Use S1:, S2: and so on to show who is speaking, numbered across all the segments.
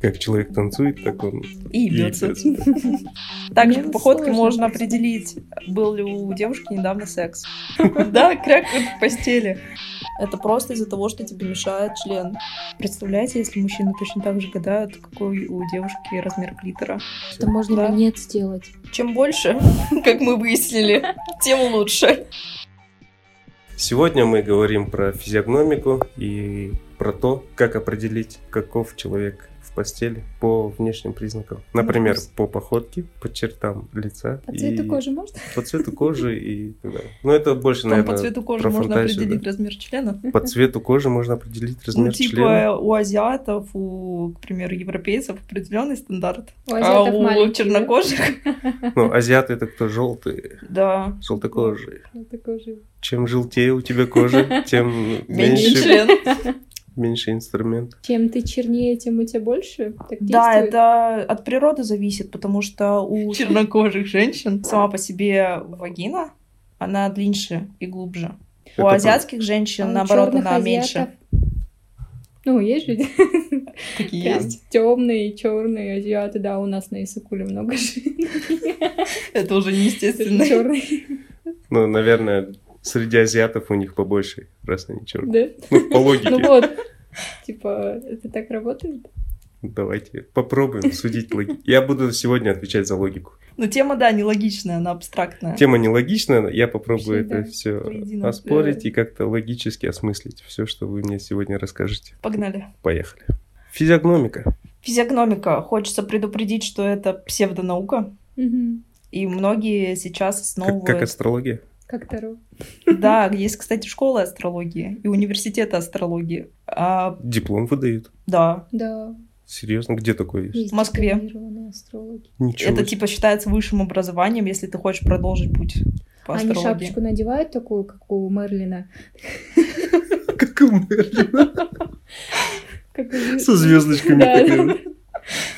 S1: Как человек танцует, так он...
S2: И бьется.
S1: и бьётся.
S2: Также
S3: Мне
S2: по походке
S3: сложно
S2: можно
S3: просто.
S2: определить, был ли у девушки недавно секс. Да, кряк в постели.
S3: Это просто из-за того, что тебе мешает член.
S2: Представляете, если мужчины точно так же гадают, какой у девушки размер клитора.
S4: Это можно
S2: Да.
S4: минет сделать.
S3: Чем больше, как мы выяснили, тем лучше.
S1: Сегодня мы говорим про физиогномику и про то, как определить, каков человек в постели по внешним признакам.
S2: Ну,
S1: Например,
S2: вкус.
S1: по походке, по чертам лица.
S4: По
S1: и
S4: цвету А кожи можно?
S1: По цвету кожи и так далее. Ну, это больше,
S2: Там по
S1: наверное,
S2: цвету кожи
S1: про
S2: можно
S1: фантазию,
S2: определить размер члена.
S1: по цвету кожи можно определить размер
S2: Ну, типа
S1: члена.
S2: у азиатов, у, к примеру, европейцев определенный стандарт.
S4: У
S2: А
S4: азиатов
S2: у
S4: маленькие, да?
S2: чернокожих,
S1: Ну, азиаты это кто? Желтые.
S2: да,
S1: Желтокожие.
S4: Вот такой же.
S1: Чем желтее у тебя кожа, тем
S2: меньше
S1: меньше,
S2: член.
S1: меньше инструмент.
S4: Чем ты чернее, тем у тебя больше? Так
S2: Да,
S4: действует?
S2: это от природы зависит, потому что у чернокожих женщин сама по себе вагина, она длиннее и глубже.
S1: Это
S2: у
S1: про-
S2: азиатских женщин,
S4: А у
S2: наоборот,
S4: чёрных
S2: она
S4: азиатов-
S2: меньше.
S4: Ну, есть же
S2: Такие
S4: есть темные, черные азиаты, да, у нас на Исыкуле много же.
S2: Это уже неестественно.
S4: Черные,
S1: Ну, наверное, среди азиатов у них побольше, раз они черные.
S4: да.
S1: Ну, по
S4: Ну
S1: логике.
S4: вот, типа, это так работает?
S1: Давайте попробуем судить логику. Я буду сегодня отвечать за логику.
S2: Но тема, да, нелогичная, она абстрактная.
S1: Тема нелогичная, я попробую
S4: Вообще,
S1: это
S4: да,
S1: все
S2: воедино.
S1: оспорить и как-то логически осмыслить все, что вы мне сегодня расскажете.
S2: Погнали.
S1: Поехали. Физиогномика.
S2: Физиогномика. Хочется предупредить, что это псевдонаука.
S4: Мгм.
S2: И многие сейчас
S1: Как,
S2: основывают...
S1: как астрология.
S4: Как Таро.
S2: Да, есть, кстати, школы астрологии и университеты астрологии. А,
S1: Диплом выдают.
S2: да,
S4: Да.
S1: Серьезно, где такое есть?
S4: есть
S2: В Москве.
S4: дипломированные астрологи.
S1: Ничего.
S2: это
S1: себе.
S2: типа считается высшим образованием, если ты хочешь продолжить путь по
S4: Они
S2: астрологии.
S4: шапочку надевают такую, как у Мерлина.
S1: Как у Мерлина.
S4: Как у-
S1: Со звездочками.
S4: Да.
S1: такими.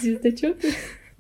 S4: Звездочёт.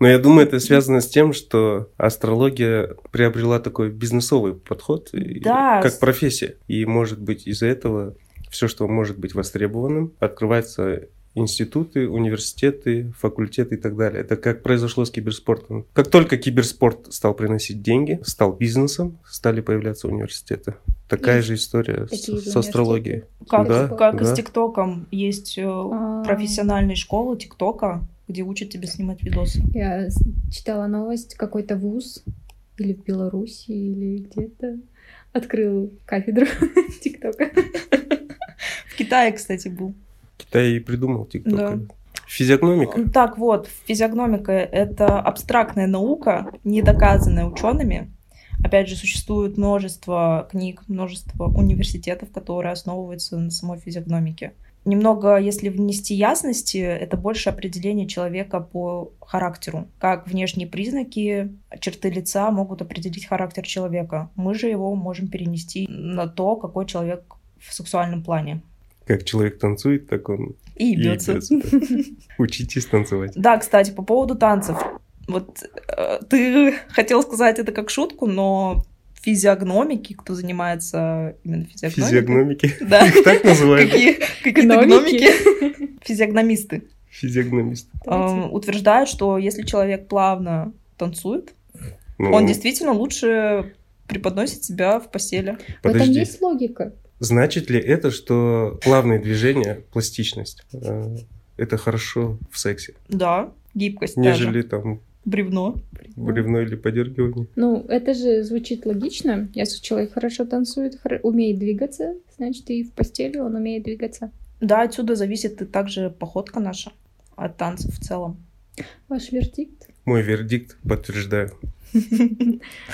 S1: Но я думаю, это связано с тем, что астрология приобрела такой бизнесовый подход, и-
S2: Да.
S1: как профессия. И, может быть, из-за этого все, что может быть востребованным, открывается институты, университеты, факультеты и так далее. Это как произошло с киберспортом. Как только киберспорт стал приносить деньги, стал бизнесом, стали появляться университеты. Такая
S4: И
S1: же история с,
S4: такие же
S1: с астрологией.
S2: Как,
S1: Да,
S2: как и
S1: да.
S2: с ТикТоком. Есть э,
S4: А.
S2: профессиональные школы ТикТока, где учат тебя снимать видосы.
S4: Я с- читала новость, какой-то вуз или в Беларуси, или где-то открыл кафедру ТикТока.
S2: В Китае, кстати, был.
S1: Китай и придумал ТикТок.
S2: Да.
S1: Физиогномика.
S2: Ну, Так вот, физиогномика — это абстрактная наука, не доказанная учеными. Опять же, существует множество книг, множество университетов, которые основываются на самой физиогномике. Немного, если внести ясности, это больше определение человека по характеру. Как внешние признаки, черты лица могут определить характер человека. Мы же его можем перенести на то, какой человек в сексуальном плане.
S1: Как человек танцует, так он
S2: И
S1: и
S2: бьется.
S1: бьется. Учитесь танцевать.
S2: Да, кстати, по поводу танцев. Вот э, ты хотел сказать это как шутку, но физиогномики, кто занимается именно физиогномикой,
S1: Физиогномики.
S2: да,
S1: Их так называют?
S2: какие какие-то гномики, физиогномисты,
S1: Физиогномист.
S2: э, утверждают, что если человек плавно танцует,
S1: Ну,
S2: он действительно лучше преподносит себя в постели.
S4: В этом
S1: Подожди.
S4: есть логика.
S1: Значит ли это, что плавные движения, пластичность, э, это хорошо в сексе,
S2: Да, гибкость даже,
S1: нежели там
S2: бревно.
S1: бревно или подергивание?
S4: Ну, это же звучит логично. Если человек хорошо танцует, хоро- умеет двигаться, значит, и в постели он умеет двигаться.
S2: Да, отсюда зависит и также походка наша от танцев в целом.
S4: Ваш вердикт?
S1: Мой вердикт подтверждаю.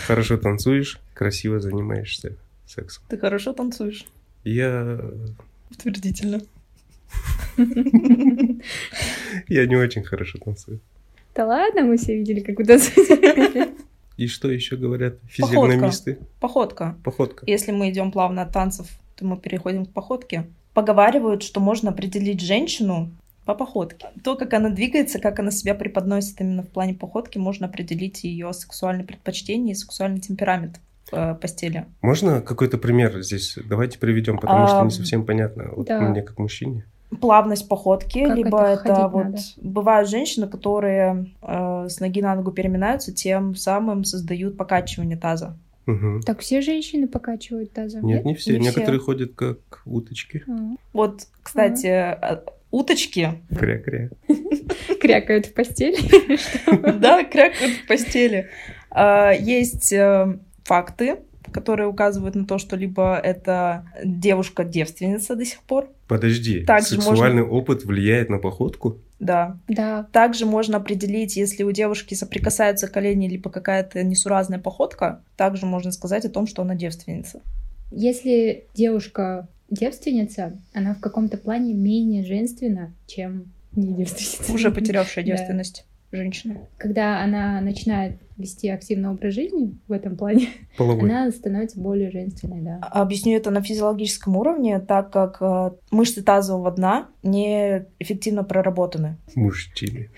S1: Хорошо танцуешь, красиво занимаешься сексом.
S2: Ты хорошо танцуешь.
S1: Я,
S2: Утвердительно.
S1: я не очень хорошо танцую.
S4: Да ладно, мы все видели, как у танцует.
S1: И что еще говорят
S2: Походка.
S1: физиогномисты?
S2: Походка.
S1: Походка.
S2: Если мы идем плавно от танцев, то мы переходим к походке. Поговаривают, что можно определить женщину по походке. То, как она двигается, как она себя преподносит именно в плане походки, можно определить ее сексуальные предпочтения и сексуальный темперамент в э, постели.
S1: Можно какой-то пример здесь? Давайте приведем, потому что
S2: Ам.
S1: не совсем понятно. Вот
S4: Да.
S1: мне как мужчине.
S2: плавность походки,
S4: Как
S2: либо
S4: это,
S2: это,
S4: ходить
S2: вот
S4: надо?
S2: бывают женщины, которые э, с ноги на ногу переминаются, тем самым создают покачивание таза.
S1: Мгм.
S4: Так все женщины покачивают тазом,
S1: Нет, не все.
S2: Не все.
S1: Некоторые ходят как уточки.
S4: А,
S2: Вот, кстати, э, уточки,
S1: Кря-кря.
S4: А. Крякают в постели.
S2: да, крякают в постели. А, Есть э, факты, которые указывают на то, что либо это девушка девственница до сих пор,
S1: Подожди,
S2: Так же
S1: сексуальный опыт влияет на походку?
S2: да,
S4: Да,
S2: Также можно определить, если у девушки соприкасаются колени либо какая-то несуразная походка, также можно сказать о том, что она девственница.
S4: если девушка девственница, она в каком-то плане менее женственна, чем не девственница.
S2: Уже потерявшая
S4: Да.
S2: девственность женщина.
S4: Когда она начинает вести активный образ жизни в этом плане,
S1: Половой.
S4: она становится более женственной,
S2: А.
S4: да.
S2: Объясню это на физиологическом уровне, так как э, мышцы тазового дна неэффективно проработаны.
S1: Мужчины.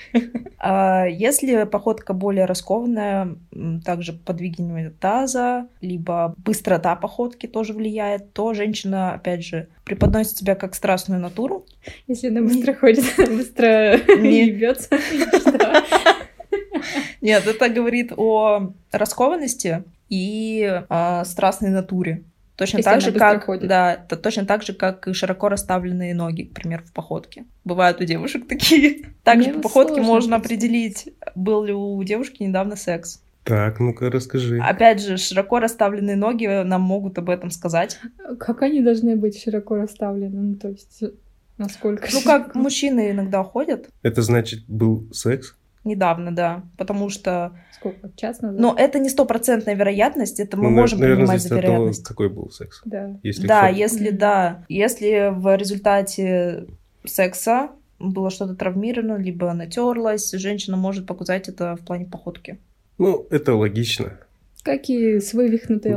S2: А Если походка более раскованная, м, также подвигивание таза, либо быстрота походки тоже влияет, то женщина, опять же, преподносит себя как страстную натуру,
S4: Если она быстро ходит, быстро
S2: Не.
S4: ебется. что?
S2: Нет, это говорит о раскованности и э, страстной натуре. Точно
S4: Если
S2: так
S4: она
S2: же,
S4: быстро
S2: как
S4: ходит.
S2: да, т- точно так же, как и широко расставленные ноги, к примеру, в походке. Бывают у девушек такие. Также
S4: Мне
S2: по
S4: вот
S2: походке
S4: сложно
S2: можно
S4: представить.
S2: определить, был ли у девушки недавно секс.
S1: Так, ну-ка расскажи.
S2: Опять же, широко расставленные ноги нам могут об этом сказать.
S4: Как они должны быть широко расставлены? Ну, то есть, насколько...
S2: Ну, как мужчины иногда ходят.
S1: Это значит, был секс?
S2: Недавно, да. Потому что...
S4: Сколько? Час назад?
S2: Но это не стопроцентная вероятность, это
S1: Ну,
S2: мы можем
S1: наверное,
S2: принимать
S1: здесь
S2: за
S1: от того,
S2: вероятность.
S1: какой был секс.
S4: Да.
S1: Если
S2: да,
S1: кто-
S2: если
S4: Мгм.
S2: да, если в результате секса было что-то травмировано, либо она терлась, женщина может показать это в плане походки.
S1: Ну, это логично.
S4: Как и с вывихнутой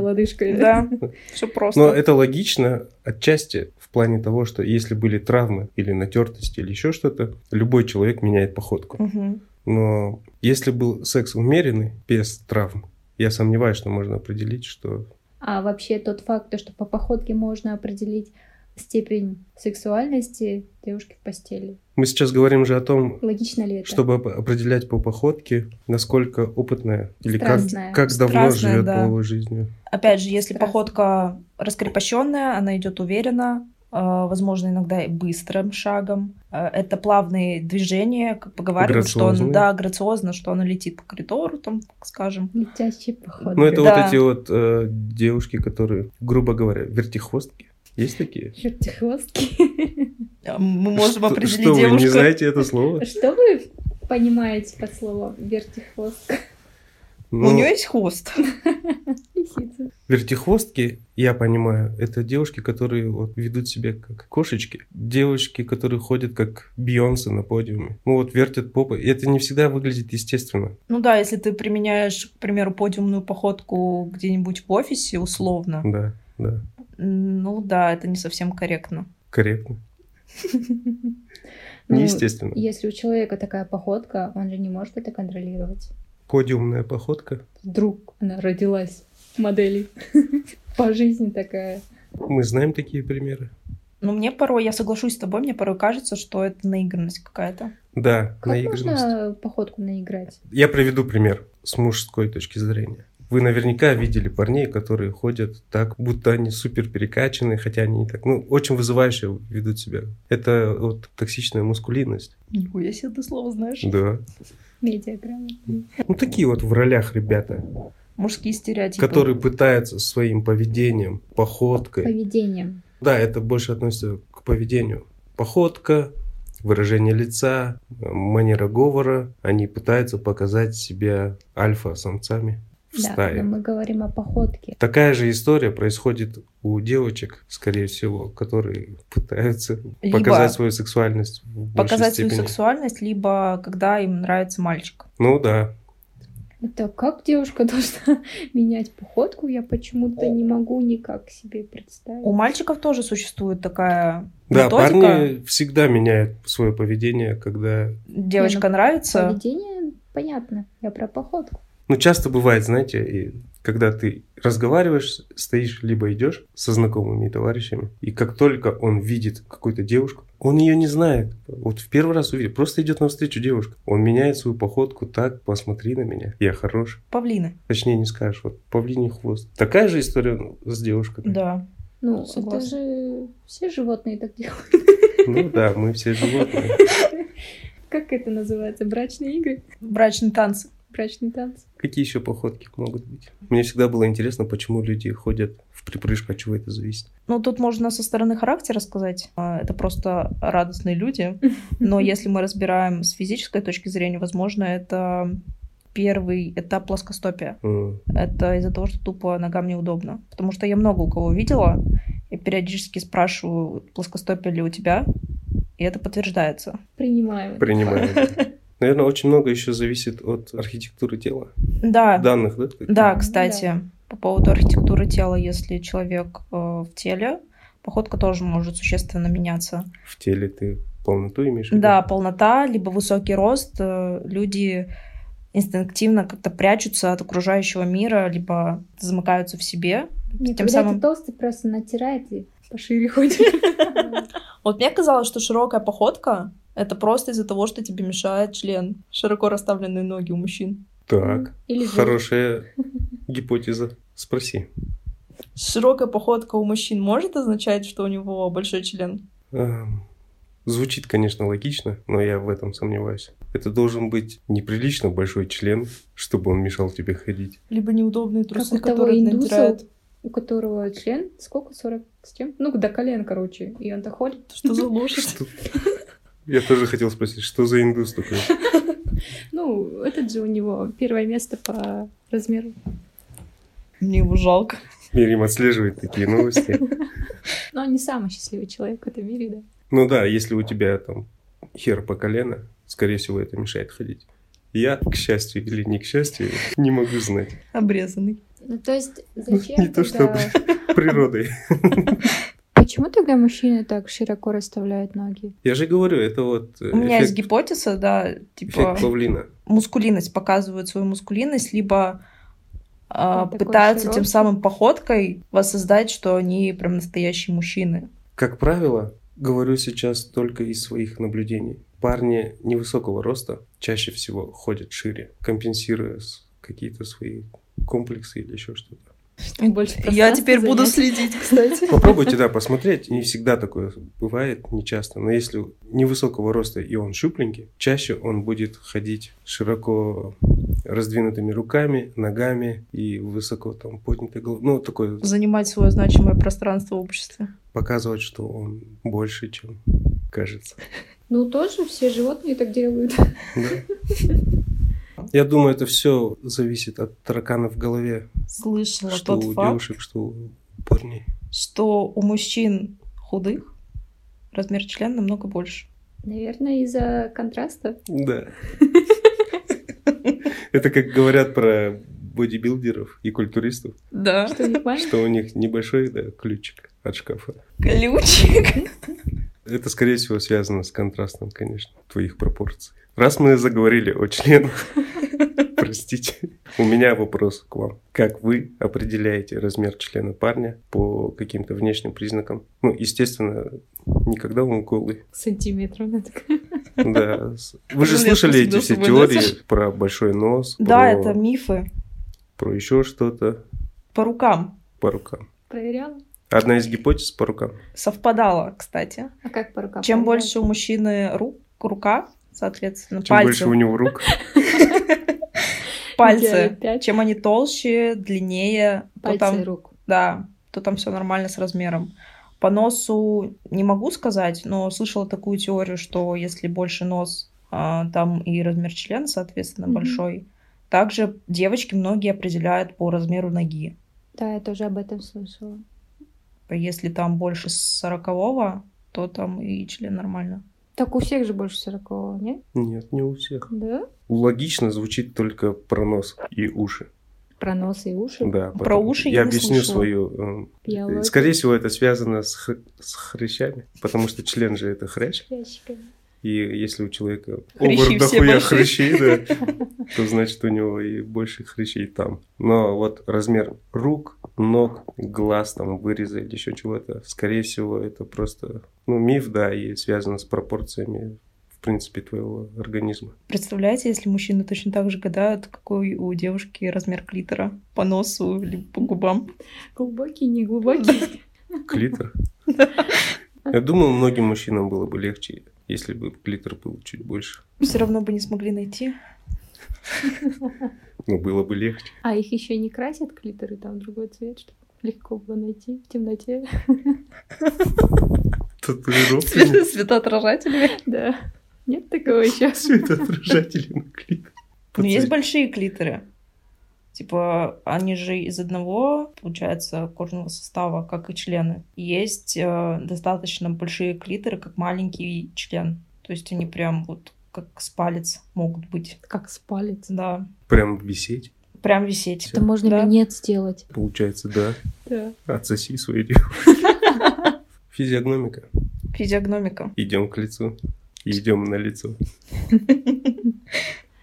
S4: лодыжкой.
S2: Да, все просто.
S1: Но это логично отчасти в плане того, что если были травмы или натертости или еще что-то, любой человек меняет походку.
S2: Мгм.
S1: Но если был секс умеренный, без травм, я сомневаюсь, что можно определить, что
S4: А вообще тот факт, то, что по походке можно определить степень сексуальности девушки в постели.
S1: мы сейчас говорим же о том,
S4: Логично ли это?
S1: чтобы оп- определять по походке, насколько опытная или как,
S4: Страстная.
S1: как давно
S2: Страстная,
S1: живет
S2: да.
S1: половой жизнью.
S2: Опять же, если
S4: Страстно.
S2: походка раскрепощенная, она идет уверенно, э, возможно, иногда и быстрым шагом. Э, Это плавные движения, как поговаривают, что он,
S1: Грациозные.
S2: да, грациозно, что она летит по коридору, там, скажем.
S4: Летящий поход.
S1: Ну, это
S2: Да.
S1: вот эти вот э, девушки, которые, грубо говоря, вертихвостки. Есть такие?
S4: Вертихвостки.
S2: Э, Мы можем
S1: Что-
S2: определить
S1: что вы не
S2: девушку.
S1: знаете это слово?
S4: Что вы понимаете под словом вертихвостка?
S2: У
S1: Ну,
S2: нее есть хвост.
S4: Лисица.
S1: Вертихвостки, я понимаю, это девушки, которые вот ведут себя как кошечки. Девочки, которые ходят как Бейонсе на подиуме. Ну вот вертят попой. И это не всегда выглядит естественно.
S2: Ну да, если ты применяешь, к примеру, подиумную походку где-нибудь в офисе условно,
S1: Да, да,
S2: м, ну да, это не совсем корректно.
S1: корректно.
S4: Ну,
S1: Неестественно.
S4: Если у человека такая походка, он же не может это контролировать.
S1: Подиумная походка.
S4: Вдруг она родилась моделью. По жизни такая.
S1: Мы знаем такие примеры.
S2: Но мне порой, я соглашусь с тобой, мне порой кажется, что это наигранность какая-то.
S1: Да,
S4: Как
S1: наигранность.
S4: можно походку наиграть?
S1: Я приведу пример с мужской точки зрения. Вы наверняка видели парней, которые ходят так, будто они супер перекачанные, хотя они не так. Ну, очень вызывающе ведут себя. Это вот токсичная мускулинность.
S2: Нихуя себе ты слово знаешь.
S1: Да.
S4: Медиаграмма.
S1: Ну, такие вот в ролях ребята,
S2: Мужские стереотипы.
S1: которые пытаются своим поведением, походкой.
S4: Поведением.
S1: Да, это больше относится к поведению. Походка, выражение лица, э, манера говора. Они пытаются показать себя альфа-самцами в
S4: Да,
S1: стае.
S4: но мы говорим о походке.
S1: Такая же история происходит у девочек, скорее всего, которые пытаются
S2: Либо
S1: показать свою сексуальность в большей
S2: показать
S1: степени.
S2: свою сексуальность, либо когда им нравится мальчик.
S1: Ну да.
S4: Это как девушка должна менять походку? Я почему-то не могу никак себе
S2: У
S4: представить.
S2: мальчиков тоже существует такая
S1: Да,
S2: методика.
S1: парни всегда меняют свое поведение, когда...
S2: Девочка нравится.
S4: Поведение понятно. Я про походку.
S1: Ну, часто бывает, знаете, и когда ты разговариваешь, стоишь, либо идешь со знакомыми и товарищами, и как только он видит какую-то девушку, он ее не знает. Вот в первый раз увидел, просто идет навстречу девушка. Он меняет свою походку так, посмотри на меня, я хорош.
S2: Павлины.
S1: Точнее, не скажешь, вот павлиний хвост. Такая же история ну, с девушкой.
S2: Да.
S4: Ну,
S2: Согласна.
S4: это же все животные так делают.
S1: Ну да, мы все животные.
S4: Как это называется? Брачные игры?
S2: Брачные танцы.
S4: Брачные танцы?
S1: Какие еще походки могут быть? Мне всегда было интересно, почему люди ходят в припрыжку, от чего это зависит.
S2: Ну, тут можно со стороны характера сказать. а, Это просто радостные люди. Но если мы разбираем с физической точки зрения, возможно, это первый этап плоскостопия.
S1: М,
S2: Это из-за того, что тупо ногам неудобно. Потому что я много у кого видела, и периодически спрашиваю, плоскостопие ли у тебя, и это подтверждается.
S4: Принимаем.
S1: Принимаю. Наверное, очень много еще зависит от архитектуры тела.
S2: Да, да,
S1: Данных, да?
S2: кстати, по поводу архитектуры тела, если человек э, в теле, походка тоже может существенно меняться.
S1: В теле ты полноту имеешь? в виду?
S2: Да, полнота, либо высокий рост, э, люди инстинктивно как-то прячутся от окружающего мира, либо замыкаются в себе.
S4: Нет,
S2: Тем
S4: когда
S2: самым-
S4: ты толстый, просто натирает и пошире ходит.
S2: Вот мне казалось, что широкая походка это просто из-за того, что тебе мешает член. Широко расставленные ноги у мужчин.
S1: Так,
S4: Или жир.
S1: хорошая гипотеза. Спроси.
S2: Широкая походка у мужчин может означать, что у него большой член?
S1: Эм, Звучит, конечно, логично, но я в этом сомневаюсь. Это должен быть неприлично большой член, чтобы он мешал тебе ходить.
S2: Либо неудобные
S4: Как
S2: трусы,
S4: у того
S2: которые
S4: индуса,
S2: натирают.
S4: у которого член сколько? 40 с чем? Ну, до колен, короче. И он так ходит.
S2: Что за лошадь?
S1: Что- Я тоже хотел спросить, что за индус такой?
S4: Ну, этот же у него первое место по размеру.
S2: Мне его жалко.
S1: Мирим отслеживает такие новости.
S4: Но он не самый счастливый человек в этом мире, да.
S1: Ну да, если у тебя там хер по колено, скорее всего, это мешает ходить. Я, к счастью или не к счастью, не могу знать.
S2: Обрезанный.
S4: Ну, то есть, зачем
S1: Не то
S4: тогда-
S1: Природой.
S4: Почему тогда мужчины так широко расставляют ноги?
S1: Я же говорю, это вот э,
S2: У меня есть
S1: эффект,
S2: гипотеза, да, типа
S1: эффект павлина.
S2: мускулинность показывают свою мускулинность, либо а,
S4: Такой
S2: пытаются тем
S4: широкий.
S2: самым походкой воссоздать, что они прям настоящие мужчины.
S1: Как правило, говорю сейчас только из своих наблюдений. Парни невысокого роста чаще всего ходят шире, компенсируя с- какие-то свои комплексы или еще что-то.
S4: Больше
S2: Я теперь буду
S4: пространства
S2: следить.
S4: занять, кстати.
S1: Попробуйте, да, посмотреть. Не всегда такое бывает, не часто. Но если невысокого роста и он шупленький, чаще он будет ходить широко раздвинутыми руками, ногами и высоко там поднятой головой. Ну, такое
S2: Занимать свое значимое пространство в обществе.
S1: показывать, что он больше, чем кажется.
S4: Ну, тоже все животные так делают.
S1: Да. Я думаю, это все зависит от таракана в голове,
S2: Слышала
S1: что
S2: тот
S1: у
S2: факт,
S1: девушек, что у парней.
S2: что у мужчин худых размер члена намного больше.
S4: Наверное, из-за контраста.
S1: Да. Это как говорят про бодибилдеров и культуристов,
S2: Да.
S4: Что, не понимаешь?
S1: что у них небольшой да, ключик от шкафа.
S2: Ключик.
S1: Это, скорее всего, связано с контрастом, конечно, твоих пропорций. Раз мы заговорили о членах, простите, у меня вопрос к вам. Как вы определяете размер члена парня по каким-то внешним признакам? Ну, естественно, никогда он голый.
S4: Сантиметров она такая.
S1: Да. с- Вы же
S2: Блин, я
S1: слышали эти
S2: всегда
S1: все
S2: с собой
S1: теории про большой нос,
S2: Да,
S1: про-
S2: это мифы.
S1: про еще что-то
S2: По рукам
S1: по рукам.
S4: Проверяла.
S1: Одна из гипотез по рукам.
S2: совпадало, кстати.
S4: А как по рукам?
S2: Чем
S4: проверяют?
S2: больше у мужчины рук, рука, соответственно,
S1: Чем
S2: пальцы,
S1: больше у него рук,
S4: Идеально
S2: пальцы,
S4: пять.
S2: чем они толще, длиннее, то
S4: Пальцы
S2: там
S4: и рук.
S2: Да, то там все нормально с размером. По носу не могу сказать, но слышала такую теорию, что если больше нос, а, там и размер члена, соответственно,
S4: Мгм.
S2: большой. Также девочки многие определяют по размеру ноги.
S4: Да, я тоже об этом слышала.
S2: Если там больше сорокового, то там и член нормально.
S4: Так у всех же больше сорокового, нет?
S1: нет, не у всех.
S4: Да?
S1: Логично звучит только про нос и уши.
S4: Про нос и уши.
S1: Да,
S2: Про
S1: потом.
S2: уши
S1: я
S2: я не
S1: объясню
S2: слышала.
S1: свою. э,
S4: Биология.
S1: Скорее всего, это связано с, хр- с хрящами, потому что член же это хрящ.
S4: Ящиками.
S1: И если у человека
S2: Хрящи
S1: овер
S2: все
S1: дохуя
S2: большие.
S1: хрящей, да, то значит у него и больше хрящей там. Но вот размер рук, ног, глаз, там выреза или еще чего-то, скорее всего, это просто ну, миф, да, и связано с пропорциями, в принципе, твоего организма.
S2: Представляете, если мужчины точно так же гадают, какой у девушки размер клитора по носу или по губам?
S4: Глубокий, не глубокий.
S1: Клитор. Я думаю, многим мужчинам было бы легче, если бы клитор был чуть больше.
S2: Все равно бы не смогли найти.
S1: Ну, было бы легче.
S4: А их еще не красят клиторы, там другой цвет, чтобы легко было найти в темноте.
S1: Татуировки.
S2: Свет- Светоотражатели.
S4: Да. Нет такого еще.
S1: Светоотражатели на клитор.
S2: Ну, есть
S1: Пацан-
S2: большие клиторы. Типа, они же из одного, получается, кожного состава, как и члены. И Есть э, достаточно большие клиторы, как маленький член. То есть они прям вот как с палец могут быть.
S4: Как с палец.
S2: Да.
S1: Прям висеть.
S2: Прям висеть.
S4: Это можно
S2: Да.
S4: минет сделать.
S1: Получается, да.
S4: Да.
S1: Отсоси свои девушки. Физиогномика.
S2: Физиогномика.
S1: Идем к лицу. Идем на лицо.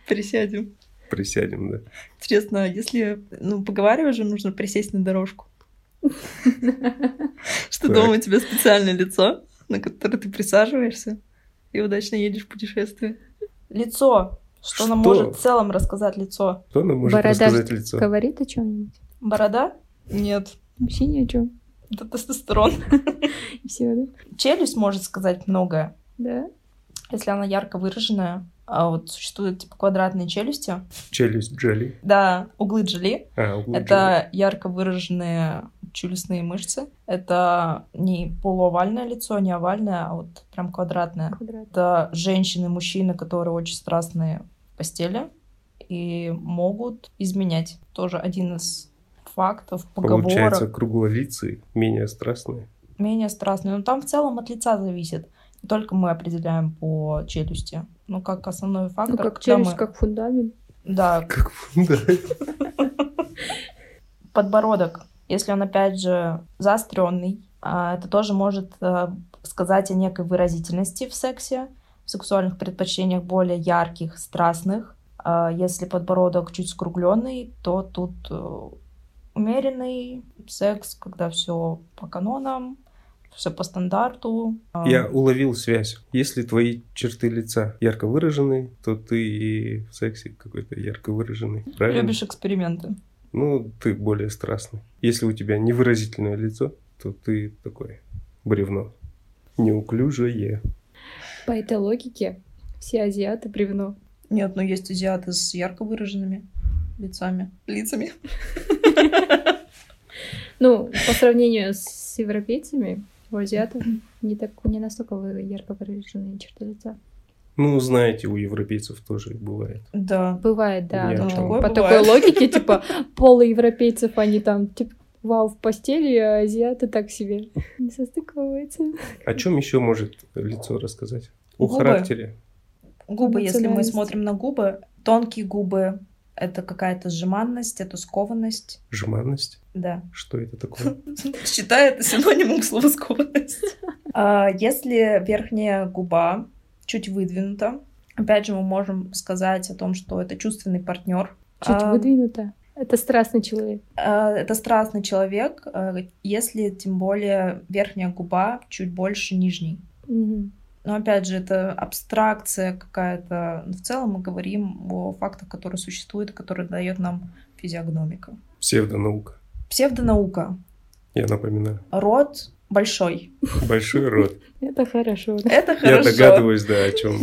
S2: Присядем.
S1: Присядем, да.
S2: Интересно, если, ну, поговариваешь же, нужно присесть на дорожку. Что
S1: Так.
S2: дома у тебя специальное лицо, на которое ты присаживаешься и удачно едешь в путешествие. Лицо. Что, нам
S1: Что?
S2: может в целом рассказать лицо?
S1: Кто нам может
S4: Борода
S1: рассказать лицо?
S4: Говорит о чем-нибудь?
S2: Борода? Нет.
S4: Вообще ни о чем.
S2: Это тестостерон.
S4: Все, да?
S2: Челюсть может сказать многое,
S4: Да.
S2: если она ярко выраженная. А вот существуют типа квадратные челюсти.
S1: Челюсть Джоли.
S2: Да, углы джели.
S1: А, углы Джоли.
S2: Это ярко выраженные челюстные мышцы. Это не полуовальное лицо, не овальное, а вот прям квадратное.
S4: Квадрат.
S2: Это женщины, мужчины, которые очень страстные в постели и могут изменять. Тоже один из фактов, поговорок.
S1: Получается, круглолицые, менее страстные.
S2: Менее страстные. Но там в целом от лица зависит. Не только мы определяем по челюсти. Ну, как основной фактор.
S4: Ну, как
S2: когда
S4: челюсть,
S2: мы-
S4: как фундамент.
S2: Да,
S1: Как да.
S2: подбородок, если он опять же заостренный, а, это тоже может э, сказать о некой выразительности в сексе, в сексуальных предпочтениях более ярких, страстных. А Если подбородок чуть скругленный, то тут э, умеренный секс, когда все по канонам, все по стандарту. А,
S1: Я уловил связь. Если твои черты лица ярко выражены, то ты и в сексе какой-то ярко выраженный. Правильно?
S2: Любишь эксперименты.
S1: Ну, ты более страстный. Если у тебя невыразительное лицо, то ты такой бревно. Неуклюжее.
S4: По этой логике все азиаты бревно.
S2: Нет, но есть азиаты с ярко выраженными лицами. Лицами.
S4: Ну, по сравнению с европейцами, у азиатов не, так, не настолько вы- ярко выраженные черты лица.
S1: Ну, знаете, у европейцев тоже бывает.
S2: Да.
S4: Бывает, да.
S1: Я
S4: но
S1: чё?
S4: по
S2: Такое
S4: такой
S2: бывает.
S4: логике, типа, полы европейцев, они там, типа, вау, в постели, а азиаты так себе. Не состыковывается.
S1: О чем еще может лицо рассказать? О
S2: Губы.
S1: характере.
S2: Губы, если мы
S4: Эмоциональность.
S2: смотрим на губы, тонкие губы — это какая-то сжиманность, это скованность.
S1: Жеманность.
S2: Да.
S1: Что это такое?
S2: Считаю это синонимом к слову скованность. А, Если верхняя губа чуть выдвинута, опять же, мы можем сказать о том, что это чувственный партнер.
S4: Чуть
S2: А,
S4: выдвинуто. Это страстный человек.
S2: а, Это страстный человек, э, если тем более верхняя губа чуть больше нижней.
S4: Мгм.
S2: Но опять же, это абстракция какая-то. Но в целом мы говорим о фактах, которые существуют, и которые дает нам физиогномика.
S1: Псевдонаука.
S2: Псевдонаука.
S1: Я напоминаю.
S2: Рот большой.
S1: Большой рот.
S4: Это хорошо. да.
S2: Это
S1: Я
S2: хорошо.
S1: догадываюсь, да, о чем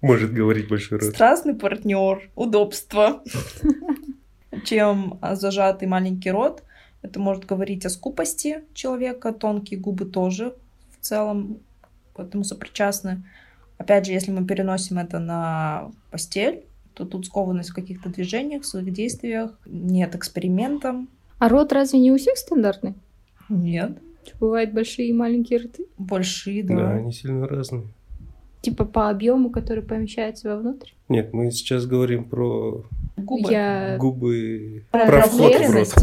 S1: может говорить большой рот.
S2: Страстный партнер, удобство. Чем а, зажатый маленький рот, это может говорить о скупости человека, тонкие губы тоже в целом к этому сопричастны. Опять же, если мы переносим это на постель, то тут скованность в каких-то движениях, в своих действиях, нет экспериментом,
S4: А рот разве не у всех стандартный?
S2: нет,
S4: Чё, Бывают большие и маленькие рты.
S2: большие, да.
S1: Да, они сильно разные.
S4: Типа по объему, который помещается вовнутрь.
S1: Нет, мы сейчас говорим про
S2: Губы.
S4: Я...
S1: губы.
S4: Про
S1: Про вход в рот.
S2: размеренность.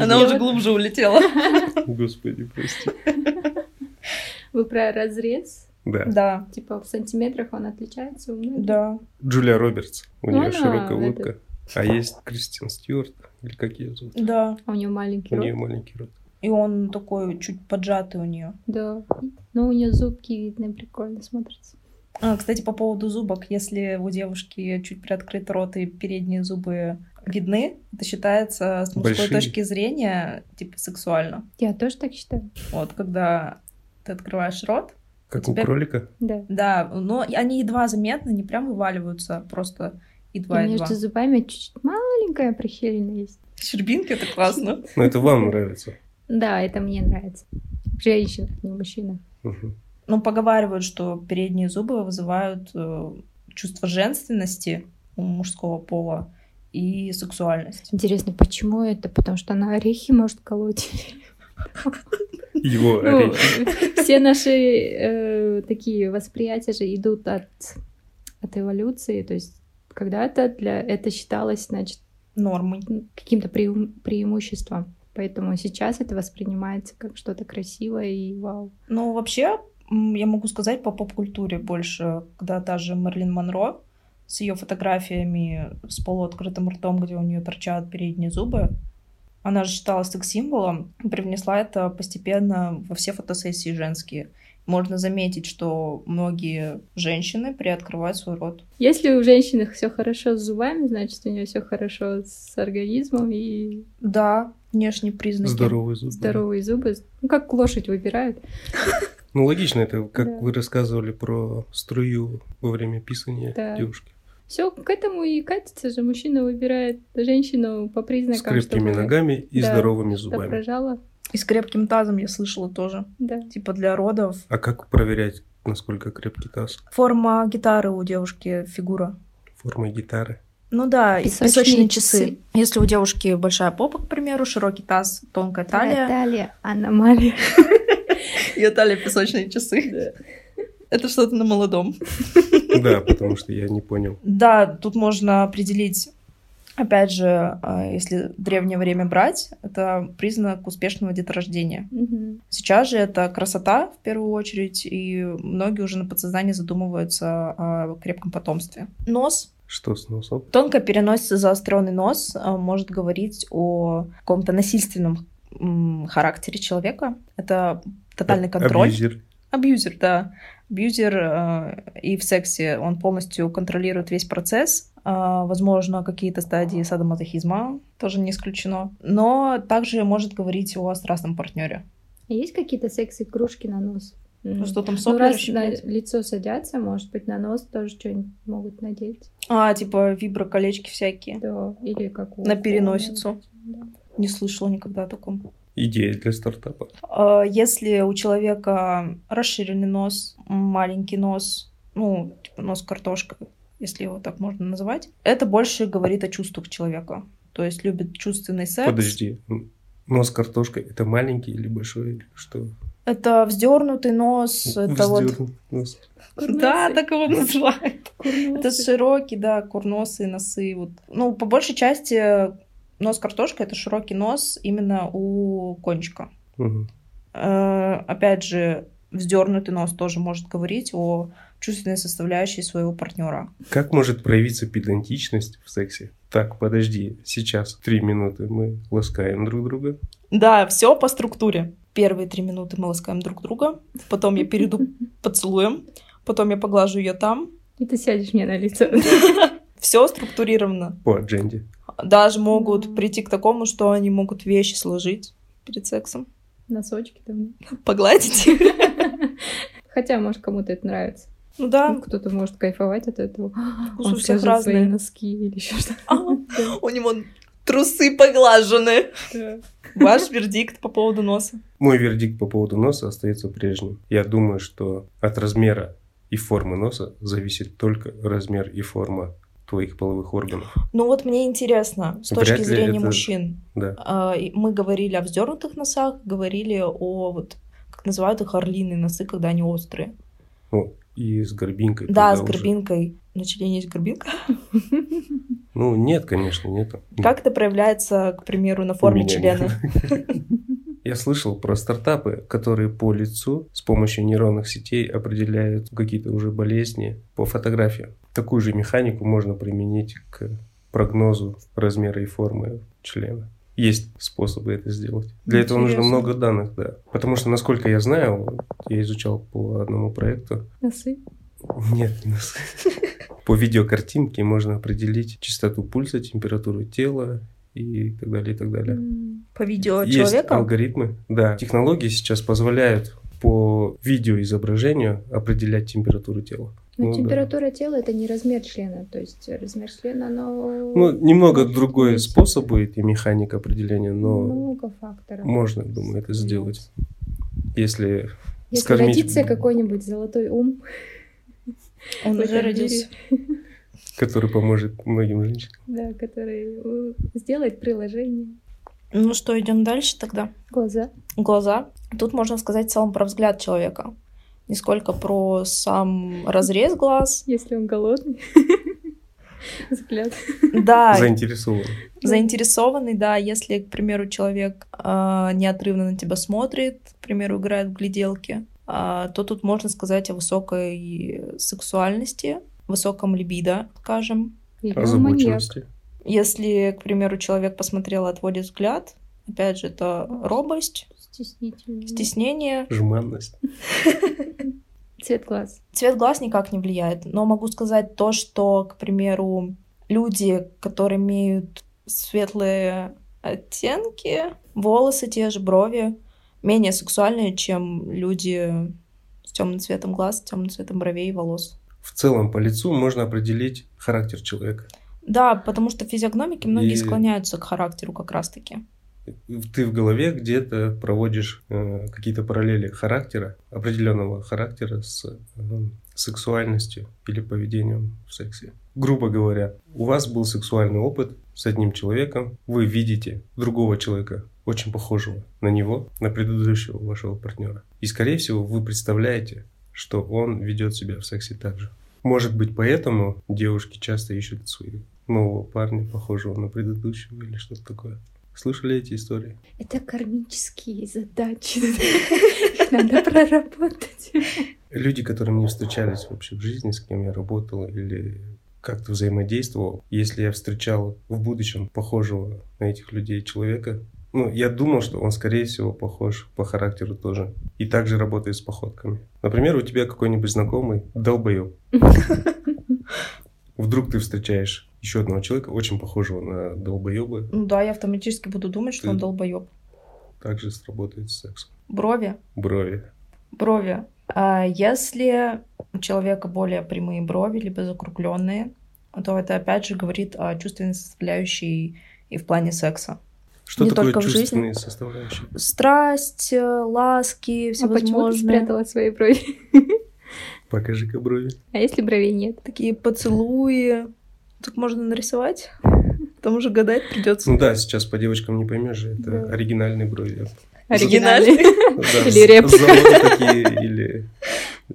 S2: Она
S4: Я
S2: уже
S4: вот-
S2: глубже улетела.
S1: Господи, прости.
S4: Вы про разрез
S1: Да.
S2: Да,
S4: Типа в сантиметрах он отличается у многих.
S2: да.
S1: Джулия Робертс. У
S4: Ну,
S1: нее
S4: она
S1: широкая
S4: этот-
S1: улыбка. А есть Кристин Стюарт, или как ее зовут?
S2: Да.
S4: А у него маленький
S1: У
S4: рот.
S1: нее маленький рот.
S2: И он такой чуть поджатый у нее.
S4: Да. Но у нее зубки видно, прикольно смотрится.
S2: А, кстати, по поводу зубок. Если у девушки чуть приоткрыт рот и передние зубы видны, это считается с мужской
S1: Большие.
S2: точки зрения типа сексуально.
S4: Я тоже так считаю.
S2: Вот, когда ты открываешь рот,
S1: Как
S2: У
S1: у
S2: тебя-
S1: кролика.
S4: Да.
S2: да, но и они едва заметны, не прям вываливаются, просто
S4: И
S2: едва-едва.
S4: между зубами чуть-чуть маленькая прищелина есть.
S2: Щербинка, это классно.
S1: Но Ну, это вам нравится.
S4: Да, это мне нравится. В женщинах, не в мужчинах.
S1: Мгм.
S2: Ну, поговаривают, что передние зубы вызывают э, чувство женственности у мужского пола и сексуальность.
S4: Интересно, почему это? Потому что она орехи может колоть.
S1: Его
S4: Ну,
S1: орехи.
S4: все наши э, такие восприятия же идут от, от эволюции. То есть когда-то для это считалось, значит,
S2: Нормой.
S4: каким-то преим- преимуществом. Поэтому сейчас это воспринимается как что-то красивое и вау.
S2: Ну, вообще, м, я могу сказать по поп-культуре больше, когда та же Мерлин Монро с ее фотографиями с полуоткрытым ртом, где у нее торчат передние зубы, она же считалась секс-символом, и привнесла это постепенно во все фотосессии женские. Можно заметить, что многие женщины приоткрывают свой рот.
S4: Если у женщины все хорошо с зубами, значит у нее все хорошо с организмом и
S2: Да, внешние признаки.
S1: Здоровые зубы.
S4: здоровые зубы. Ну, как лошадь выбирают.
S1: Ну, логично, это как
S4: Да.
S1: вы рассказывали про струю во время писания
S4: Да.
S1: девушки.
S4: Все к этому и катится же. Мужчина выбирает женщину по
S1: С
S4: признакам,
S1: крепкими
S4: чтобы
S1: ногами и
S4: Да.
S1: здоровыми
S4: та
S1: зубами.
S4: прожала.
S2: И с крепким тазом я слышала тоже.
S4: Да.
S2: Типа для родов.
S1: А как проверять, насколько крепкий таз?
S2: Форма гитары у девушки, фигура.
S1: Форма гитары.
S2: Ну да, и
S4: Песочные
S2: песочные,
S4: часы.
S2: часы. Если у девушки большая попа, к примеру, широкий таз, тонкая талия.
S4: Наталья, аномалия.
S2: Ее талия песочные часы. Это что-то на молодом.
S1: Да, потому что я не понял.
S2: Да, тут можно определить, опять же, а, если древнее время брать, это признак успешного деторождения.
S4: Мгм.
S2: Сейчас же это красота в первую очередь, и многие уже на подсознании задумываются о крепком потомстве. Нос
S1: Что с носом?
S2: Тонко переносится заостренный нос, а, может говорить о каком-то насильственном м, характере человека. Это тотальный контроль.
S1: Э, Абьюзер.
S2: Абьюзер, да. Абьюзер э, и в сексе он полностью контролирует весь процесс. А, возможно, какие-то стадии садомазохизма тоже не исключено. Но также может говорить о страстном партнере.
S4: А Есть какие-то секс-игрушки на нос?
S2: Ну,
S4: М.
S2: что там
S4: Ну,
S2: сопли
S4: раз на
S2: расщеплять?
S4: лицо садятся, может быть, на нос тоже что-нибудь могут надеть.
S2: А, типа виброколечки всякие.
S4: Да, или как у
S2: На
S4: Фома,
S2: переносицу.
S4: да.
S2: Не слышала никогда о таком.
S1: Идея для стартапа.
S2: Э, Если у человека расширенный нос, маленький нос, ну, типа нос картошка, если его так можно называть, это больше говорит о чувствах человека. То есть любит чувственный секс.
S1: Подожди. Нос картошкой это маленький или большой? или Что?
S2: Это вздернутый нос, это вот...
S1: Вздернут нос.
S2: Да,
S4: Курносый,
S2: так его называют. Это
S4: курносый.
S2: широкий, да, курносые носы. Вот. Ну, по большей части нос картошка это широкий нос именно у кончика.
S1: Мгм.
S2: Э, опять же, вздернутый нос тоже может говорить о чувственной составляющей своего партнера.
S1: Как может проявиться педантичность в сексе? Так, подожди, сейчас три минуты мы ласкаем друг друга.
S2: Да, все по структуре. Первые три минуты мы ласкаем друг друга, потом я перейду поцелуем, потом я поглажу ее там.
S4: И ты сядешь мне на лицо.
S2: Все структурировано.
S1: По адженде.
S2: Даже могут
S4: Мгм.
S2: прийти к такому, что они могут вещи сложить перед сексом.
S4: Носочки там.
S2: Погладить.
S4: Хотя, может, кому-то это нравится.
S2: Ну да,
S4: Ну, Кто-то может кайфовать от этого. А,
S2: Вкус
S4: он
S2: у всех
S4: сложил свои
S2: разный.
S4: носки или еще
S2: А,
S4: что-то.
S2: у него трусы поглажены.
S4: Да.
S2: Ваш вердикт по поводу носа.
S1: Мой вердикт по поводу носа остается прежним. Я думаю, что от размера и формы носа зависит только размер и форма твоих половых органов.
S2: Ну вот мне интересно, с
S1: Вряд
S2: точки
S1: ли
S2: зрения
S1: это-
S2: мужчин,
S1: Да.
S2: А, и Мы говорили о вздернутых носах, говорили о вот как называют их орлиные носы, когда они острые.
S1: Ну, и с горбинкой.
S2: Да,
S1: тогда
S2: с
S1: уже.
S2: горбинкой. На челе есть горбинка.
S1: Ну, нет, конечно, нету.
S2: Как это проявляется, к примеру, на форме
S1: меня
S2: члена?
S1: нет. Я слышал про стартапы, которые по лицу с помощью нейронных сетей определяют какие-то уже болезни по фотографиям. Такую же механику можно применить к прогнозу размера и формы члена. Есть способы это сделать. Для этого нужно
S4: Интересно.
S1: много данных, да. Потому что, насколько я знаю, я изучал по одному проекту.
S4: Носы.
S1: Нет, нас- по видеокартинке можно определить частоту пульса, температуру тела и так далее, и так далее.
S4: М,
S2: По видео
S1: Есть
S2: Э, человека?
S1: алгоритмы, да. Технологии сейчас позволяют по видеоизображению определять температуру тела.
S4: Ну,
S1: Ну да.
S4: температура тела это не размер члена, то есть размер члена, но
S1: Ну, немного
S4: может
S1: другой
S4: быть
S1: способ будет и механика определения, но
S4: много факторов.
S1: можно, думаю, это сделать. Если
S4: Если
S1: скормить-
S4: родится какой-нибудь золотой ум,
S2: Он
S4: в
S2: уже
S4: этом
S2: родился.
S4: мире,
S1: который поможет многим женщинам.
S4: да, который э, сделает приложение,
S2: Ну что, идем дальше тогда?
S4: глаза.
S2: Глаза. Тут можно сказать в целом про взгляд человека. Не сколько про сам разрез глаз.
S4: Если он голодный. Взгляд.
S2: Да,
S1: Заинтересован.
S2: заинтересованный, да, если, к примеру, человек а, неотрывно на тебя смотрит, к примеру, играет в гляделки, а, то тут можно сказать о высокой сексуальности, высоком либидо, скажем.
S4: Или он маньяк.
S1: Озабоченности.
S2: Если, к примеру, человек посмотрел и отводит взгляд, опять же, это робость,
S4: Стеснительный.
S2: стеснение.
S1: Жеманность.
S4: Цвет глаз.
S2: Цвет глаз никак не влияет, но могу сказать то, что, к примеру, люди, которые имеют светлые оттенки, волосы те же, брови, менее сексуальные, чем люди с темным цветом глаз, темным цветом бровей и волос.
S1: В целом по лицу можно определить характер человека.
S2: Да, потому что физиогномики многие
S1: И-
S2: склоняются к характеру как раз-таки.
S1: Ты в голове где-то проводишь э, какие-то параллели характера, определенного характера с э, сексуальностью или поведением в сексе. Грубо говоря, у вас был сексуальный опыт с одним человеком, вы видите другого человека, очень похожего на него, на предыдущего вашего партнера. И, скорее всего, вы представляете, что он ведет себя в сексе так же. Может быть, поэтому девушки часто ищут своего нового парня, похожего на предыдущего или что-то такое. Слышали эти истории?
S4: Это кармические задачи. Их надо проработать.
S1: Люди, которые мне встречались вообще в жизни, с кем я работал или как-то взаимодействовал, если я встречал в будущем похожего на этих людей человека, ну, я думал, что он, скорее всего, похож по характеру тоже. И также работает с походками. Например, у тебя какой-нибудь знакомый долбоеб. Вдруг ты встречаешь еще одного человека, очень похожего на долбоеба,
S2: Ну да, я автоматически буду думать, что
S1: Ты-
S2: он долбоеб.
S1: также сработает с сексом.
S2: Брови.
S1: Брови.
S2: Брови. А Если у человека более прямые брови, либо закругленные, то это опять же говорит о чувственной составляющей и в плане секса.
S1: Что
S2: Не
S1: такое
S2: только в жизни.
S1: чувственные составляющие?
S2: Страсть, э, ласки,
S4: А почему ты
S2: всевозможные.
S4: спрятала свои брови?
S1: Покажи-ка брови.
S4: А если бровей нет?
S2: Такие поцелуи. Тут можно нарисовать. Там уже гадать придется.
S1: Ну да, сейчас по девочкам не поймешь, же, это
S4: Да.
S1: оригинальные брови.
S4: Оригинальные.
S1: Да,
S4: Или
S1: с-
S4: реплика.
S1: с завода такие, или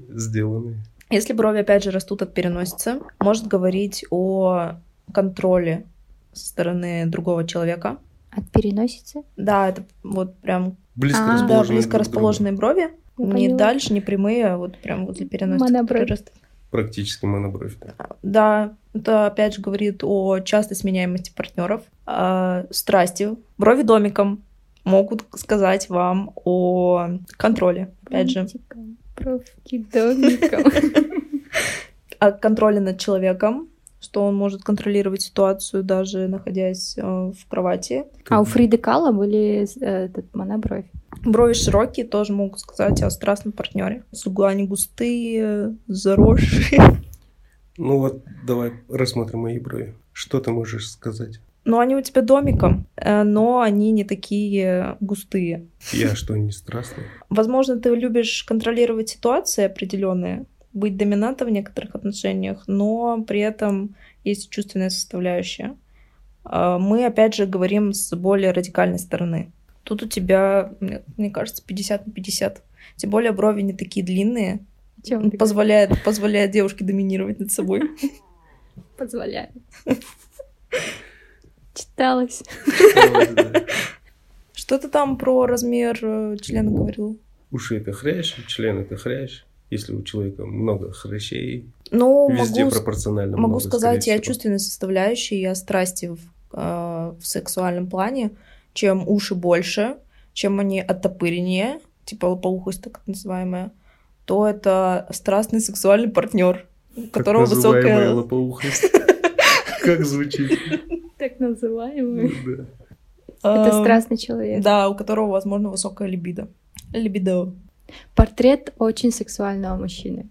S1: сделанные.
S2: Если брови опять же растут от переносицы, может говорить о контроле со стороны другого человека.
S4: От переносицы?
S2: Да, это вот прям
S1: Близко
S4: А, да,
S2: да,
S1: расположенные.
S2: близко
S1: друг к другу.
S2: расположенные брови.
S4: Я
S2: не
S4: поняла.
S2: дальше, не прямые, а вот прям возле переносицы.
S4: Монобровь.
S2: которые растут.
S1: Практически монобровь. да.
S2: Да, это опять же говорит о частой сменяемости партнеров, э, страсти. Брови домиком могут сказать вам о контроле, опять же,
S4: Практика. Бровки домиком.
S2: о контроле над человеком, что он может контролировать ситуацию, даже находясь э, в кровати.
S4: А у Фриды Кала были э, этот монобровь.
S2: Брови широкие тоже могут сказать о страстном партнере. С угла они густые, заросшие.
S1: Ну вот, давай рассмотрим мои брови. Что ты можешь сказать?
S2: Но они у тебя домиком, э, но они не такие густые.
S1: Я что, не страстный?
S2: Возможно, ты любишь контролировать ситуации определенные, быть доминантом в некоторых отношениях, но при этом есть чувственная составляющая. А, Мы, опять же, говорим с более радикальной стороны. Тут у тебя, мне мне кажется, 50 на 50. Тем более брови не такие длинные.
S4: Чем
S2: Позволяет, позволяет девушке доминировать над собой.
S4: позволяет? Читалось.
S1: Что, да.
S2: Что ты там про размер э, члена говорил?
S1: Уши это хрящ, член это хрящ. Если у человека много хрящей,
S2: Ну,
S1: везде
S2: могу, с-
S1: пропорционально
S2: могу
S1: много,
S2: сказать и
S1: скорее
S2: о
S1: всего.
S2: чувственной составляющей, и о страсти в, э, в сексуальном плане. Чем уши больше, чем они оттопыреннее, типа лопоухость так называемая, то это страстный сексуальный партнер, у
S1: Так
S2: которого
S1: называемая
S2: высокая...
S1: лопоухость. Как звучит?
S4: Так называемый.
S1: Да.
S4: Это
S2: эм,
S4: страстный человек.
S2: Да, у которого, возможно, высокая либидо. Либидо.
S4: Портрет очень сексуального мужчины.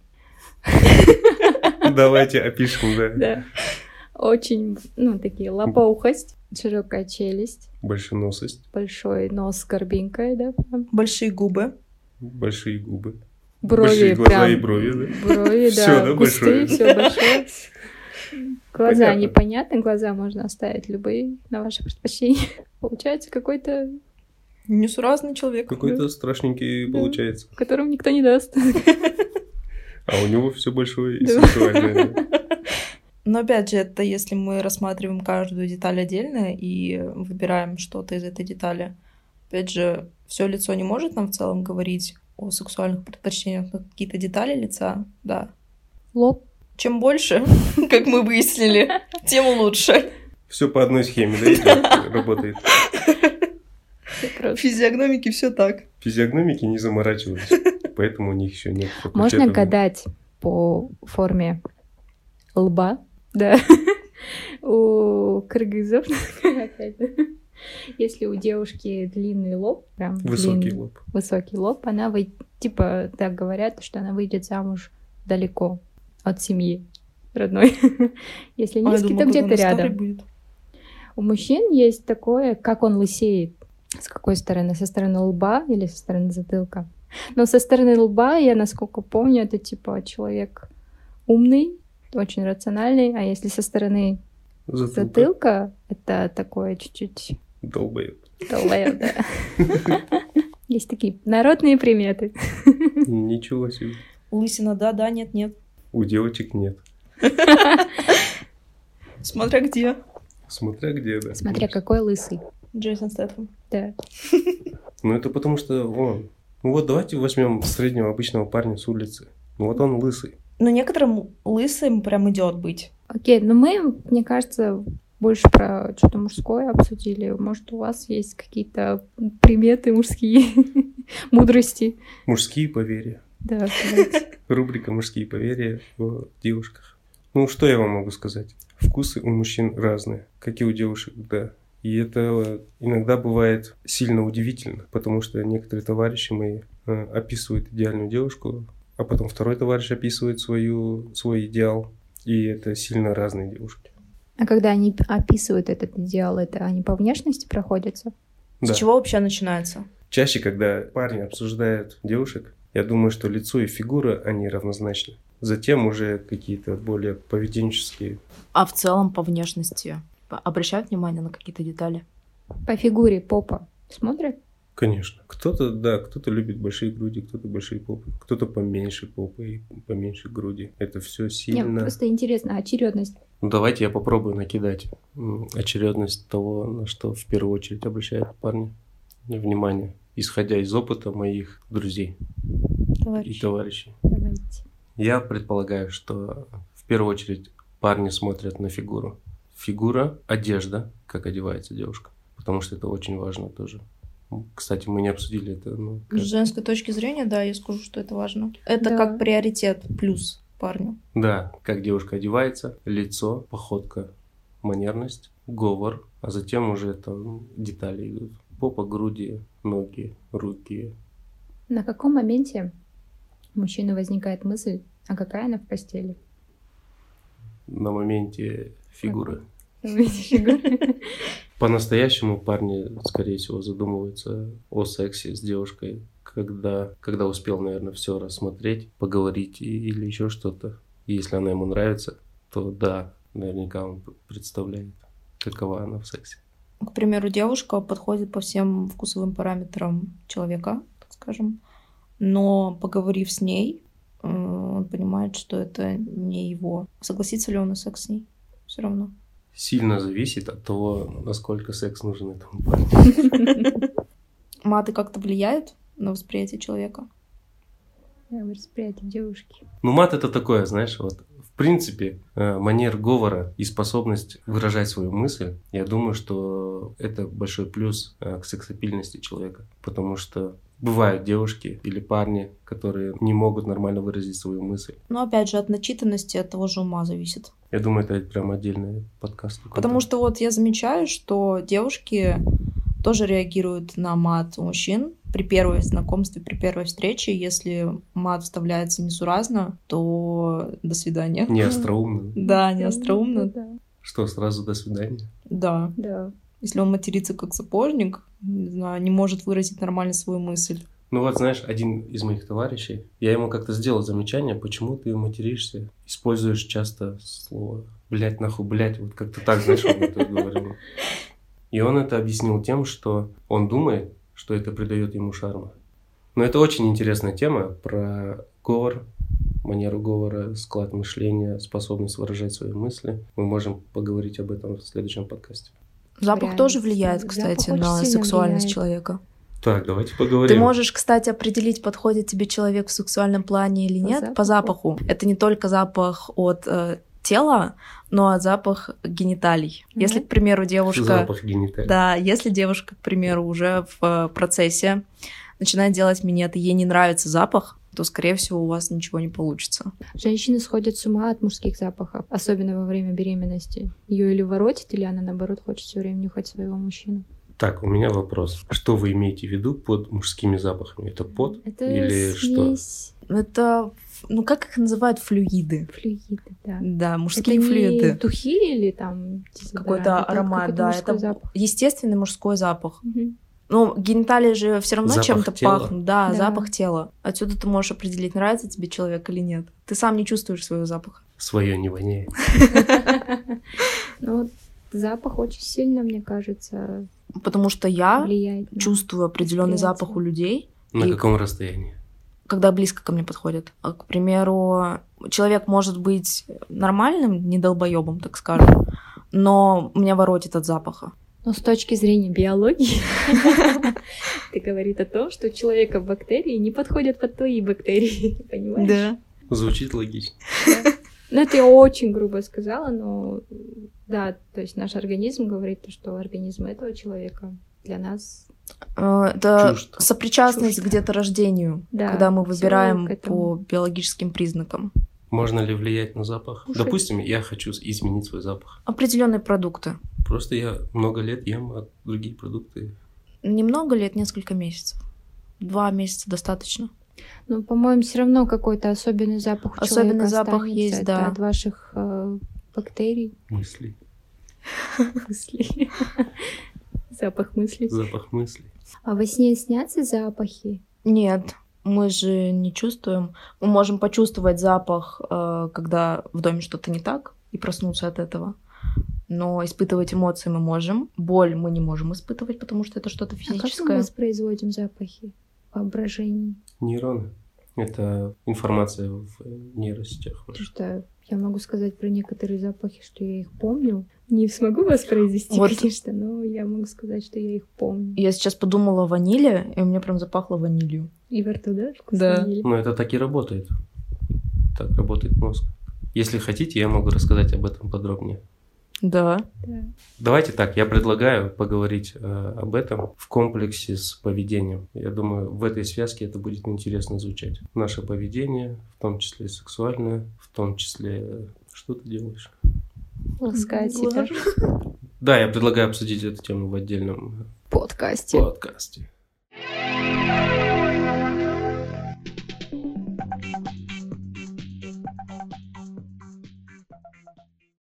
S1: Давайте опишем, да.
S4: Да. Очень, ну, такие лопоухость, широкая челюсть,
S1: Большеносость,
S4: большой нос с горбинкой, да, прям.
S2: Большие губы.
S1: большие губы.
S4: Брови
S1: Большие глаза
S4: прям.
S1: и брови,
S4: Брови,
S1: Всё,
S4: да,
S1: да,
S4: густые,
S1: большое.
S4: все большое. Глаза
S1: Понятно.
S4: непонятны, глаза можно оставить любые на ваше предпочтение. Получается какой-то,
S2: Несуразный
S1: да?
S2: человек.
S1: Какой-то страшненький
S4: Да.
S1: получается.
S4: которому никто не даст.
S1: А у него все большое и
S4: Да.
S1: сексуальное. да.
S2: Но опять же, это если мы рассматриваем каждую деталь отдельно и выбираем что-то из этой детали. Опять же, все лицо не может нам в целом говорить о сексуальных предпочтениях, но какие-то детали лица, да.
S4: Лоб.
S2: Чем больше,
S3: как мы выяснили, тем лучше.
S1: Все по одной схеме, да, идёт, работает.
S4: всё
S2: в
S4: просто.
S2: физиогномике все так.
S1: Физиогномики не заморачивались, поэтому у них еще нет факультета.
S4: Можно гадать по форме лба, да. У кыргызов, опять, да. Если у девушки длинный лоб, прям
S1: Высокий
S4: длинный,
S1: лоб.
S4: высокий лоб, она выйдет, типа, так говорят, что она выйдет замуж далеко от семьи родной. Если
S2: А я думала,
S4: низкий, то
S2: когда
S4: где-то
S2: на старой
S4: рядом.
S2: будет.
S4: У мужчин есть такое, как он лысеет. С какой стороны? Со стороны лба или со стороны затылка? Но со стороны лба, я насколько помню, это типа человек умный, очень рациональный, а если со стороны
S1: Затылка
S4: затылка, это такое чуть-чуть
S1: долбоёб.
S4: долбоёб, да. Есть такие народные приметы.
S1: Ничего себе.
S2: Лысина, да, да, нет, нет.
S1: У девочек нет.
S2: Смотря где.
S1: Смотря где, да.
S4: Смотря какой лысый.
S2: Джейсон Стэттем.
S4: Да.
S1: Ну, это потому что он... Ну, вот давайте возьмем среднего обычного парня с улицы. Ну, вот он лысый.
S2: Но Ну, некоторым лысым прям идет быть.
S4: Окей, но мы, мне кажется, больше про что-то мужское обсудили. Может, у вас есть какие-то приметы мужские, мудрости?
S1: Мужские поверья.
S4: Да, давайте.
S1: Рубрика «Мужские поверья» в девушках. Ну, что я вам могу сказать? Вкусы у мужчин разные, как и у девушек, да. И это иногда бывает сильно удивительно, потому что некоторые товарищи мои э, описывают идеальную девушку, а потом второй товарищ описывает свою, свой идеал, и это сильно разные девушки.
S4: А когда они п- описывают этот идеал, это они по внешности проходятся?
S1: Да.
S2: С чего вообще начинается?
S1: Чаще, когда парни обсуждают девушек, я думаю, что лицо и фигура, они равнозначны. Затем уже какие-то более поведенческие.
S3: А в целом по внешности обращают внимание на какие-то детали?
S4: По фигуре попа смотрят?
S1: Конечно. Кто-то, да, кто-то любит большие груди, кто-то большие попы, кто-то поменьше попы и поменьше груди. Это все
S4: Нет,
S1: сильно...
S4: просто интересно, очередность.
S1: Ну, Давайте я попробую накидать м, очередность того, на что в первую очередь обращают парни внимание, исходя из опыта моих друзей и
S4: Товарищ,
S1: товарищей.
S4: давайте.
S1: Я предполагаю, что в первую очередь парни смотрят на фигуру. Фигура, одежда, как одевается девушка. Потому что это очень важно тоже. Ну, Кстати, мы не обсудили это. ну, как-
S2: С женской точки зрения, да, я скажу, что это важно. Это
S4: Да.
S2: как приоритет плюс парню.
S1: Да, как девушка одевается, лицо, походка, манерность, говор, а затем уже там детали идут. Попа, груди, ноги, руки.
S4: На каком моменте у мужчины возникает мысль, а какая она в постели?
S1: На моменте фигуры.
S4: Давайте фигура.
S1: По-настоящему парни, скорее всего, задумываются о сексе с девушкой, когда, когда успел, наверное, все рассмотреть, поговорить и- или еще что-то. И если она ему нравится, то да, наверняка он п- представляет, какова она в сексе.
S2: К примеру, девушка подходит по всем вкусовым параметрам человека, так скажем, но поговорив с ней, э, он понимает, что это не его. Согласится ли он на секс с ней? Все равно.
S1: Сильно зависит от того, насколько секс нужен этому парню.
S2: Маты как-то влияют на восприятие человека?
S4: Да, восприятие девушки.
S1: Ну, мат это такое, знаешь, вот в принципе, э, манер говора и способность выражать свою мысль, я думаю, что это большой плюс э, к сексапильности человека, потому что бывают девушки или парни, которые не могут нормально выразить свою мысль.
S2: Но опять же, от начитанности, от того же ума зависит.
S1: Я думаю, это прям отдельный подкаст. какой-то.
S2: Потому что вот я замечаю, что девушки тоже реагируют на мат у мужчин при первой знакомстве, при первой встрече. Если мат вставляется несуразно, то до свидания.
S1: Не остроумно.
S2: Да, не
S4: Да,
S2: остроумно.
S4: Да.
S1: Что, сразу до свидания?
S2: Да.
S4: да.
S2: Если он матерится как сапожник, не знаю, не может выразить нормально свою мысль.
S1: Ну вот, знаешь, один из моих товарищей, я ему как-то сделал замечание, почему ты материшься, используешь часто слово «блядь, нахуй, блядь», вот как-то так, знаешь, он это говорил. И он это объяснил тем, что он думает, что это придает ему шарма. Но это очень интересная тема про говор, манеру говора, склад мышления, способность выражать свои мысли. Мы можем поговорить об этом в следующем подкасте.
S2: Запах
S4: Прям.
S2: тоже влияет,
S4: Запах
S2: кстати,
S4: очень
S2: на
S4: сильно
S2: сексуальность
S4: влияет.
S2: человека.
S1: Так, давайте поговорим.
S2: Ты можешь, кстати, определить, подходит тебе человек в сексуальном плане или
S4: По
S2: нет по
S4: запаху.
S2: запаху. Это не только запах от э, тела, но и запах гениталий.
S4: Мгм.
S2: Если, к примеру, девушка...
S1: Запах гениталий.
S2: Да, если девушка, к примеру, уже в э, процессе начинает делать минет, и ей не нравится запах, то, скорее всего, у вас ничего не получится.
S4: Женщины сходят с ума от мужских запахов, особенно во время беременности. Ее или воротит, или она, наоборот, хочет все время нюхать своего мужчину.
S1: Так, у меня вопрос. Что вы имеете в виду под мужскими запахами? Это пот?
S4: Это
S1: Или что?
S4: смесь
S2: Это, ну, как их называют, флюиды?
S4: флюида, да.
S2: Да,
S4: Это
S2: мужские
S4: не
S2: флюиды.
S4: духи или там дезодоранты,
S2: Какой-то
S4: это
S2: аромат,
S4: какой-то
S2: да.
S4: мужской
S2: Это
S4: запах.
S2: естественный мужской запах.
S4: Мгм.
S2: Ну, гениталии же все равно
S1: Запах
S2: чем-то
S1: тела.
S2: пахнут. Да,
S4: Да.
S2: запах тела. Отсюда ты можешь определить, нравится тебе человек или нет. Ты сам не чувствуешь своего запаха.
S1: Свое не воняет.
S4: Ну, вот запах очень сильно, мне кажется,
S2: Потому что я
S4: влияет. на-
S2: чувствую определенный
S4: Восприятие.
S2: запах у людей,
S1: На
S2: И-
S1: каком расстоянии?
S2: когда близко ко мне подходят. А, К примеру, человек может быть нормальным, не долбоебом, так скажем, но меня воротит от запаха.
S4: Но с точки зрения биологии, это говорит о том, что у человека бактерии не подходят под твои бактерии, понимаешь?
S1: Звучит логично.
S4: Ну, это я очень грубо сказала, но да, то есть наш организм говорит, то, что организм этого человека для нас,
S2: Э, Это
S1: Чужд.
S2: сопричастность
S4: Чужд.
S2: где-то рождению,
S4: Да,
S2: когда мы
S4: всё
S2: выбираем
S4: к этому.
S2: по биологическим признакам
S1: Можно ли влиять на запах?
S4: Кушать.
S1: Допустим, я хочу с- изменить свой запах.
S2: определенные продукты.
S1: Просто я много лет ем от другие продукты.
S2: Немного лет, несколько месяцев. Два месяца достаточно.
S4: ну, по-моему, все равно какой-то особенный запах у
S2: Особенный
S4: человека
S2: запах
S4: останется.
S2: есть,
S4: Это
S2: да.
S4: от ваших э, бактерий,
S1: Мысли.
S4: мыслей. Запах мыслей.
S1: Запах мыслей.
S4: А во сне снятся запахи? А
S2: Нет, мы же не чувствуем. Мы можем почувствовать запах, э, когда в доме что-то не так, и проснуться от этого. Но испытывать эмоции мы можем. Боль мы не можем испытывать, потому что это что-то
S4: А как мы
S2: физическое.
S4: воспроизводим запахи? Воображение.
S1: Нейроны. Это информация в нейросетях.
S4: Потому что я могу сказать про некоторые запахи, что я их помню. Не смогу воспроизвести,
S2: Вот.
S4: конечно, но я могу сказать, что я их помню.
S2: Я сейчас подумала о ваниле, и у меня прям запахло ванилью.
S4: И во рту, да? вкус
S2: Да.
S4: ванили?
S1: Но это так и работает. Так работает мозг. Если хотите, я могу рассказать об этом подробнее.
S2: Да.
S4: Да.
S1: Давайте так, я предлагаю поговорить э, об этом в комплексе с поведением. Я думаю, в этой связке это будет интересно звучать. Наше поведение, в том числе и сексуальное, в том числе... э, Что ты делаешь?
S4: Ласкать себя
S2: Глажу.
S1: Да, э, я предлагаю обсудить эту тему в отдельном
S4: в подкасте.
S1: подкасте.